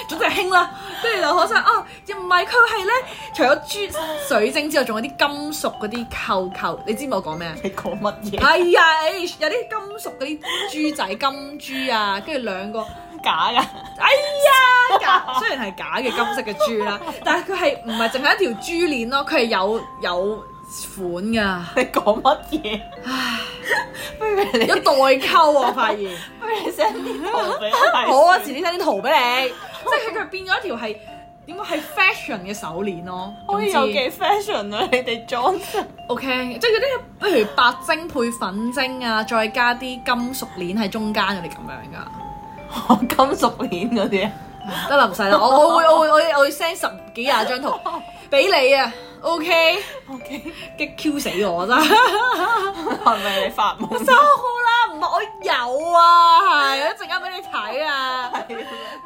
總之係興啦，跟住就好想哦，又唔係佢係咧，除咗珠水晶之外，仲有啲金屬嗰啲扣扣，你知唔知我講咩啊？
你講乜 嘢？
係啊，唉有啲金屬嗰啲珠仔金珠啊，跟住兩個。
假㗎？
哎呀，假雖然係假嘅金色嘅珠啦，但係佢係唔係淨係一條珠鏈咯？佢係有有款噶，
你講乜嘢？不如你
有代溝啊我發現。
不如你 send 啲圖俾我睇先
好啊，遲啲 send 啲圖俾你，即係佢佢變咗一條係點講係 fashion 嘅手鏈咯。
可以有幾 fashion 啊！你哋裝飾
O K，即係嗰啲譬如白晶配粉晶啊，再加啲金屬鏈喺中間嗰啲咁樣噶。
金屬鏈嗰啲啊，
得啦，唔使啦，我我會我會我會我會 send 十幾廿張圖俾你啊。O K，
，OK，
激 Q 死我真係。
係咪你 發夢？
收啦，唔係我有啊，係一陣間俾你睇啊，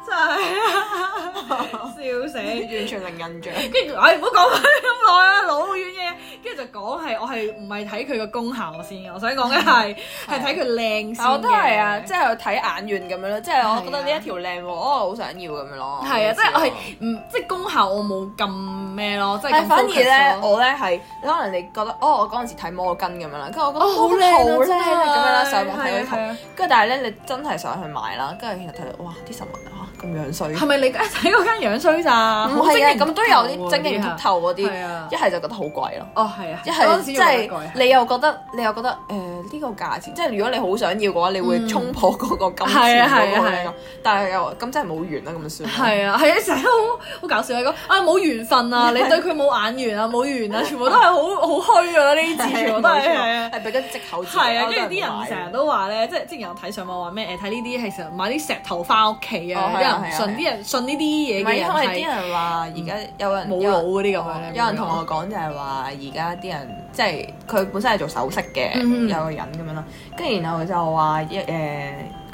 真係 啊，笑死！
完全零印象。
跟住，唉，唔好講佢咁耐啦，老遠嘅嘢。跟住就講係，我係唔係睇佢個功效先嘅？我想講嘅係係睇佢靚先
但我都係啊，即
係
係睇眼緣咁樣咯，即係我覺得呢一條靚喎，哦，好想要咁樣咯。
係啊，即係我係唔即係功效我冇咁咩咯，即係
但
咁
係反而
focus
咧，
咯
我咧係可能你覺得哦，我嗰陣時睇摩根咁樣啦，跟住我覺得
哦好靚
好
啊
靚
真係
啊咁樣啦，上網睇嗰啲
係啊係啊
圖，跟住但係咧你真係上去買啦，跟住其實睇到哇啲神文啊咁樣衰，
係咪你睇嗰間樣衰咋？
唔係啊，咁都有啲
真
晶瑩剔透嗰啲，
係啊
一係就覺得好貴咯。
哦係啊，
一
嗰
係
陣時
即
要買
係
過嘅
你又覺得你又覺得誒呢個價錢，即係如果你好想要嘅話，你會衝破嗰個
嗯
金
係
錢
啊係
嗰
啊
個
係
咧
啊。
但係又咁真係冇緣啦，咁就算啦。
係啊，係啊，成日都好好搞笑啊！講啊冇緣分 啊，你對佢冇眼緣啊，冇緣啊，全部都係好好虛啊！呢啲字全部都係係啊。
係俾緊藉口自己。
係啊，
我
跟
都
住啲人
買
成日都話
啊
咧，即係之前有睇上網話咩誒睇呢啲係成日買啲石頭翻屋企
哦
啊，
係啊
啲人唔
係啊
信
係啊
啲人信呢啲嘢
唔係
嘅
因
人
為啲
係嗯
人話而家有人
冇
有人
腦嗰啲咁樣咧
有人同我講就係話而家啲人即係佢本身係做首飾嘅，
嗯嗯
有個人咁樣啦，跟住然後就話一誒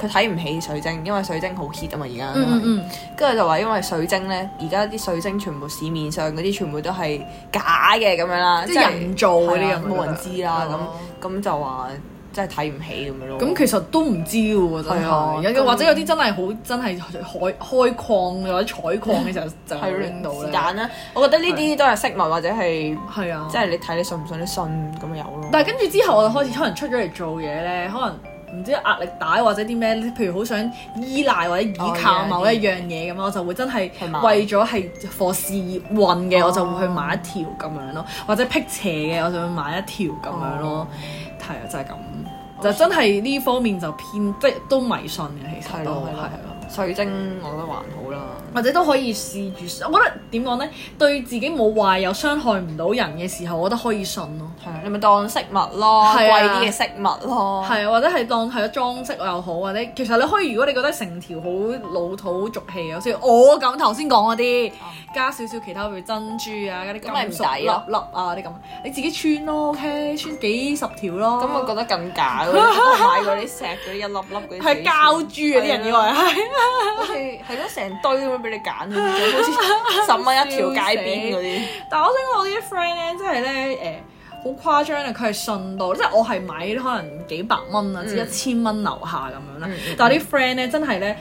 佢睇唔起水晶，因為水晶好 hit 啊嘛而家，
嗯嗯嗯，
跟住就話因為水晶咧而家啲水晶全部市面上嗰啲全部都係假嘅咁樣啦，
嗯即係人造嗰啲
係啊
咁樣
冇人知啦
哦
咁咁就話真係睇唔起咁樣咯。
咁其實都唔知喎，真
係啊
係有或者有啲真係好真係開開礦或者採礦嘅時候就
係
拎到
咯，
咧，
是但啦，我覺得呢啲都係飾物或者係。
係啊，
即係你睇你信唔信，你信咁咪有咯。
但係跟住之後，我就開始可能出咗嚟做嘢咧，可能唔知壓力大或者啲咩，譬如好想依賴或者依靠某一樣嘢咁樣，我就會真係
去買
為咗係 for 事業運嘅，
哦
我就會去買一條咁樣咯，或者辟邪嘅，我就會買一條咁樣
哦
咯。係啊，就係咁，就真係呢方面就偏即係都迷信嘅，其實
係
都
咯
係
係咯
啊。
水晶我覺得還好啦。
或者都可以試住，我覺得點講呢？對自己冇壞又傷害唔到人嘅時候，我覺得可以信咯。
係啊，你咪當飾物咯，貴
係啊
啲嘅飾物咯。
係啊，或者係當係咗裝飾又好，或者其實你可以，如果你覺得成條好老土俗氣啊，好似我咁頭先講嗰啲，加少少其他譬如珍珠啊、嗰啲
哦咁咪唔
金
使
屬粒
咯
粒啊嗰啲咁，你自己穿咯，OK，穿幾十條咯。
咁我覺得更假咯。我買嗰啲石嗰啲一粒粒嗰啲。
係膠珠啊！啲人以為係
好似係咯，成堆咁樣俾你揀，好似十蚊一條街邊嗰啲。
但係我想講我啲 friend 咧，真係咧誒好誇張啊！佢係信到，即係我係買可能幾百蚊啊，至一
嗯
千蚊樓下咁樣啦
嗯嗯。
但係啲 friend 咧真係咧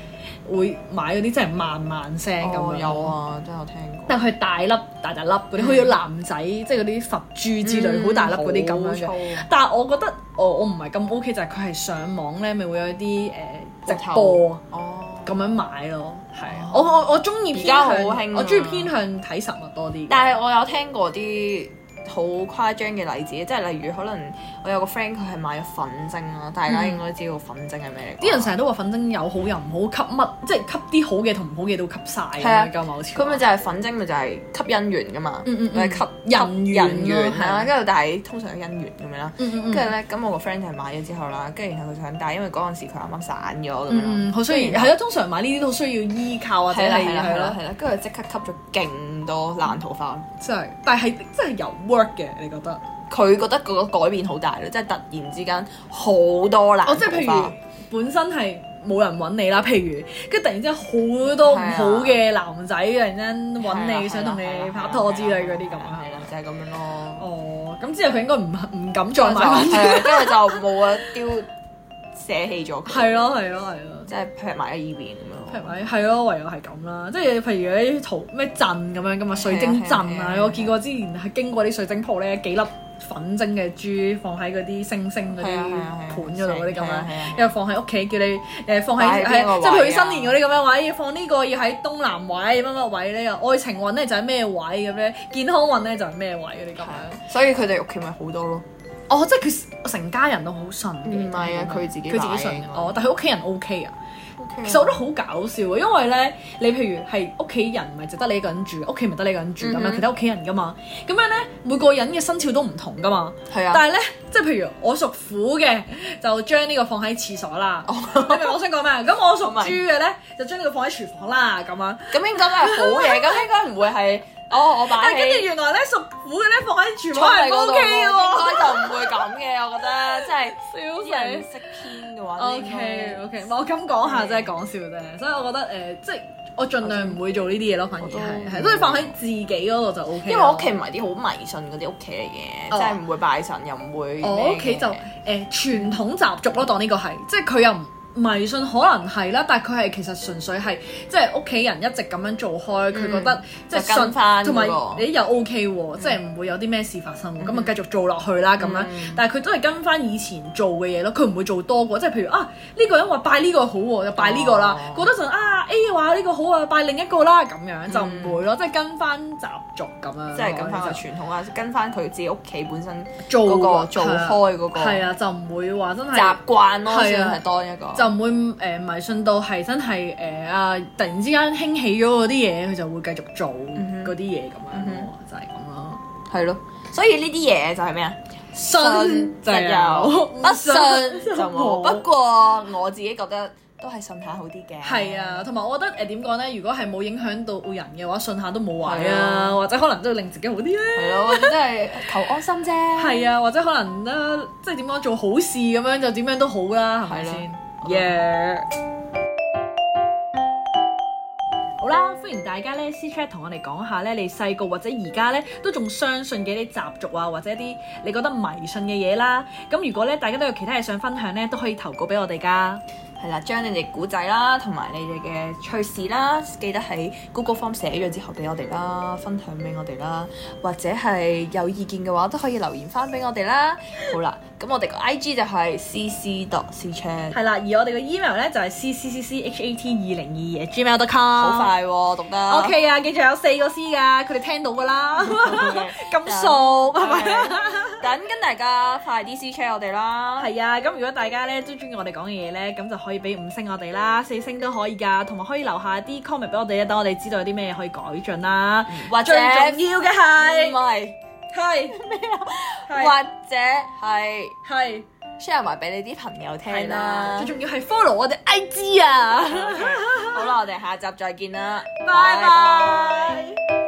會買嗰啲真係萬萬聲咁
哦
樣。
有啊，真係有聽過。
但佢大粒大大粒嗰
嗯
啲，好似男仔即係嗰啲佛珠之類好大粒嗰啲咁樣嘅。
嘅。
但係我覺得我我唔係咁 OK，就係佢係上網咧，咪會有一啲誒、呃直
鋪頭
播
哦。
咁樣買咯。係啊，我我我中意
而
偏
家好
向
興啊
我中意偏向睇實物多啲嘅。
但係我有聽過啲好誇張嘅例子，即係例如可能我有個 friend 佢係買咗粉晶啦，大家應該知道粉晶係咩嚟㗎。
啲人成日都話粉晶有好又唔好，吸乜即係吸啲好嘅同唔好嘅都吸晒咁
係啊
樣㗎嘛，好似話
佢咪就係粉晶咪就係吸姻緣㗎嘛，
嗯嗯
咪
嗯
係吸
人
吸
緣
人緣
咯
係
係
啦，
啊
跟住但係通常係姻緣咁樣啦。
嗯
跟
嗯
住
嗯。
咧，咁我個 friend 就係買咗之後啦，跟住然後佢想戴，因為嗰陣時佢啱啱散咗咁樣
嗯
啦
嗯，，好需要係咯，通常買呢啲都需要依靠或者
係啦
係
係啦係
係
啦
咯，
係啦，跟住即刻吸咗勁多爛桃花咯。
真係，但係真係有 work 嘅，你覺得？
佢覺得個改變好大咯，即係突然之間好多爛桃花。
哦，即係譬如本身係冇人揾你啦，譬如跟住突然之間好多唔
啊
好嘅男仔突然間揾你，想同你拍拖之類嗰啲咁啊。
係啦，就係咁樣咯。
哦，咁之後佢應該唔唔敢
再
再買翻
係啊，跟住就冇啊，丟捨棄咗佢。
係，咯係咯係咯。
即係劈埋喺依邊咁
譬
樣
如。咪係咯，唯有係咁啦，即係譬如嗰啲圖咩鎮咁樣噶嘛，水晶鎮
係啊係啊
啊
係，啊
我見過之前係經過啲水晶鋪咧，幾粒粉晶嘅珠放喺嗰啲星星嗰
係
啲
啊係啊係啊
盤嗰度嗰啲咁
係啊係啊係啊
樣，又放喺屋企叫你誒放
擺
喺
喺邊個
係即係譬如
位啊
新年嗰啲咁樣位，要放呢個要喺東南位乜哎乜位咧，又愛情運咧就係咩位咁樣，健康運咧就係咩位嗰啲咁樣。
所以佢哋屋企咪好多咯。
哦，即係佢成家人都好信嘅。
唔係啊佢自己
佢自
買嘅嗯
己信嘅
應該
哦，但係佢屋企人 O K 啊。
其
其實我覺得好搞笑啊，因為咧，你譬如係屋企人唔係就得你一個人住，屋企唔係得你一個人住咁
嗯
樣，
哼
其他屋企人噶嘛。咁樣咧，每個人嘅生肖都唔同噶嘛。
係啊，
但係咧，即係譬如我屬虎嘅，就將呢個放喺廁所啦。
哦
你明我想講咩？咁我屬豬嘅咧，就將呢個放喺廚房啦咁啊樣。
咁應該都係好嘢，咁應該唔會係哦，我擺
但係跟住
喺
原來咧，屬虎嘅咧放喺廚
倉
房係
底嗰
O
度
K 嘅喎。
應該就唔會咁嘅，我覺得即係啲人
笑死！
識編嘅話
O
應該
K O K，我咁講下真係講笑啫，所以我覺得誒、即係我盡量唔會做呢啲嘢咯，反而
我都
係
唔
係，都係放喺自己嗰度就 O K。
因為我屋企唔係啲好迷信嗰啲屋企嚟嘅，
哦
即係唔會拜神又唔會咩嘅。
我屋企就誒、傳統習俗咯，當呢個係，即係佢又唔迷信，可能係啦，但係佢係其實純粹係即係屋企人一直咁樣做開，佢覺得即係
嗯就跟返
信，同埋
嗰個
你又 O K 喎，即係唔會有啲咩事發生喎，咁
嗯
啊繼續做落去啦咁樣。但係佢都係跟翻以前做嘅嘢咯，佢唔會做多過，即係譬如啊呢個人話拜呢個好喎，就拜呢個啦
哦，
過多陣啊 A 話呢個好啊，拜另一個啦咁樣就唔會咯，即係跟翻習俗咁樣咯，
嗯即係跟翻個
哦就
傳統啊，跟翻佢自己屋企本身
做
嗰個
過
做
係啊
開嗰個
係啊，就唔會話真係
習慣咯，
係啊
算係多一個。
就唔會誒、迷信到係真係誒啊！突然之間興起咗嗰啲嘢，佢就會繼續做
嗯哼
嗰啲嘢咁樣咯，
嗯
就係咁咯。
係咯，所以呢啲嘢就係咩啊？
信就有，
不信 就冇。不
不過
過我自己覺得都係信下好啲嘅。
係啊，同埋我覺得誒點講咧？如果係冇影響到人嘅話，信下都冇壞
係啊
啊，或者可能都令自己好啲咧。
係咯，即係求安心啫。
係啊，或者可能咧，即係點講做好事咁樣就點樣都好啦，係咪
係
先
啦？
耶！好啦，歡迎大家咧私 chat 同我哋講下咧，你細個或者而家咧都仲相信嘅啲習俗啊，或者一啲你覺得迷信嘅嘢啦。咁如果咧大家都有其他嘢想分享咧，都可以投稿俾我哋㗎。
係啦，將你哋古仔啦，同埋你哋嘅趣事啦，記得喺 Google Form 寫咗之後俾我哋啦，分享俾我哋啦，或者係有意見嘅話都可以留言翻俾我哋啦。好啦，咁我哋個 I G 就係 C C dot C Chat，
係啦，而我哋嘅 email 咧就係 c c c c h a t 二零二二 gmail dot com。
好快啊喎，讀得。
O K 啊，記住有四個 C 㗎，佢哋聽到㗎 啦。咁數係咪？
啊等緊大家快啲 C Chat 我哋啦。
係啊，咁如果大家咧都中意我哋講嘅嘢咧，咁就可以俾五星我哋啦，四星都可以噶，同埋可以留下啲 comment 俾我哋啊，等我哋知道有啲咩可以改進啦。
或者
最重要嘅
唔
係
係，
係
或者係
係
share 埋俾你啲朋友聽
係
啦
啦，最。重要係 follow 我哋 IG 啊，
好啦，我哋下集再見啦，
拜拜。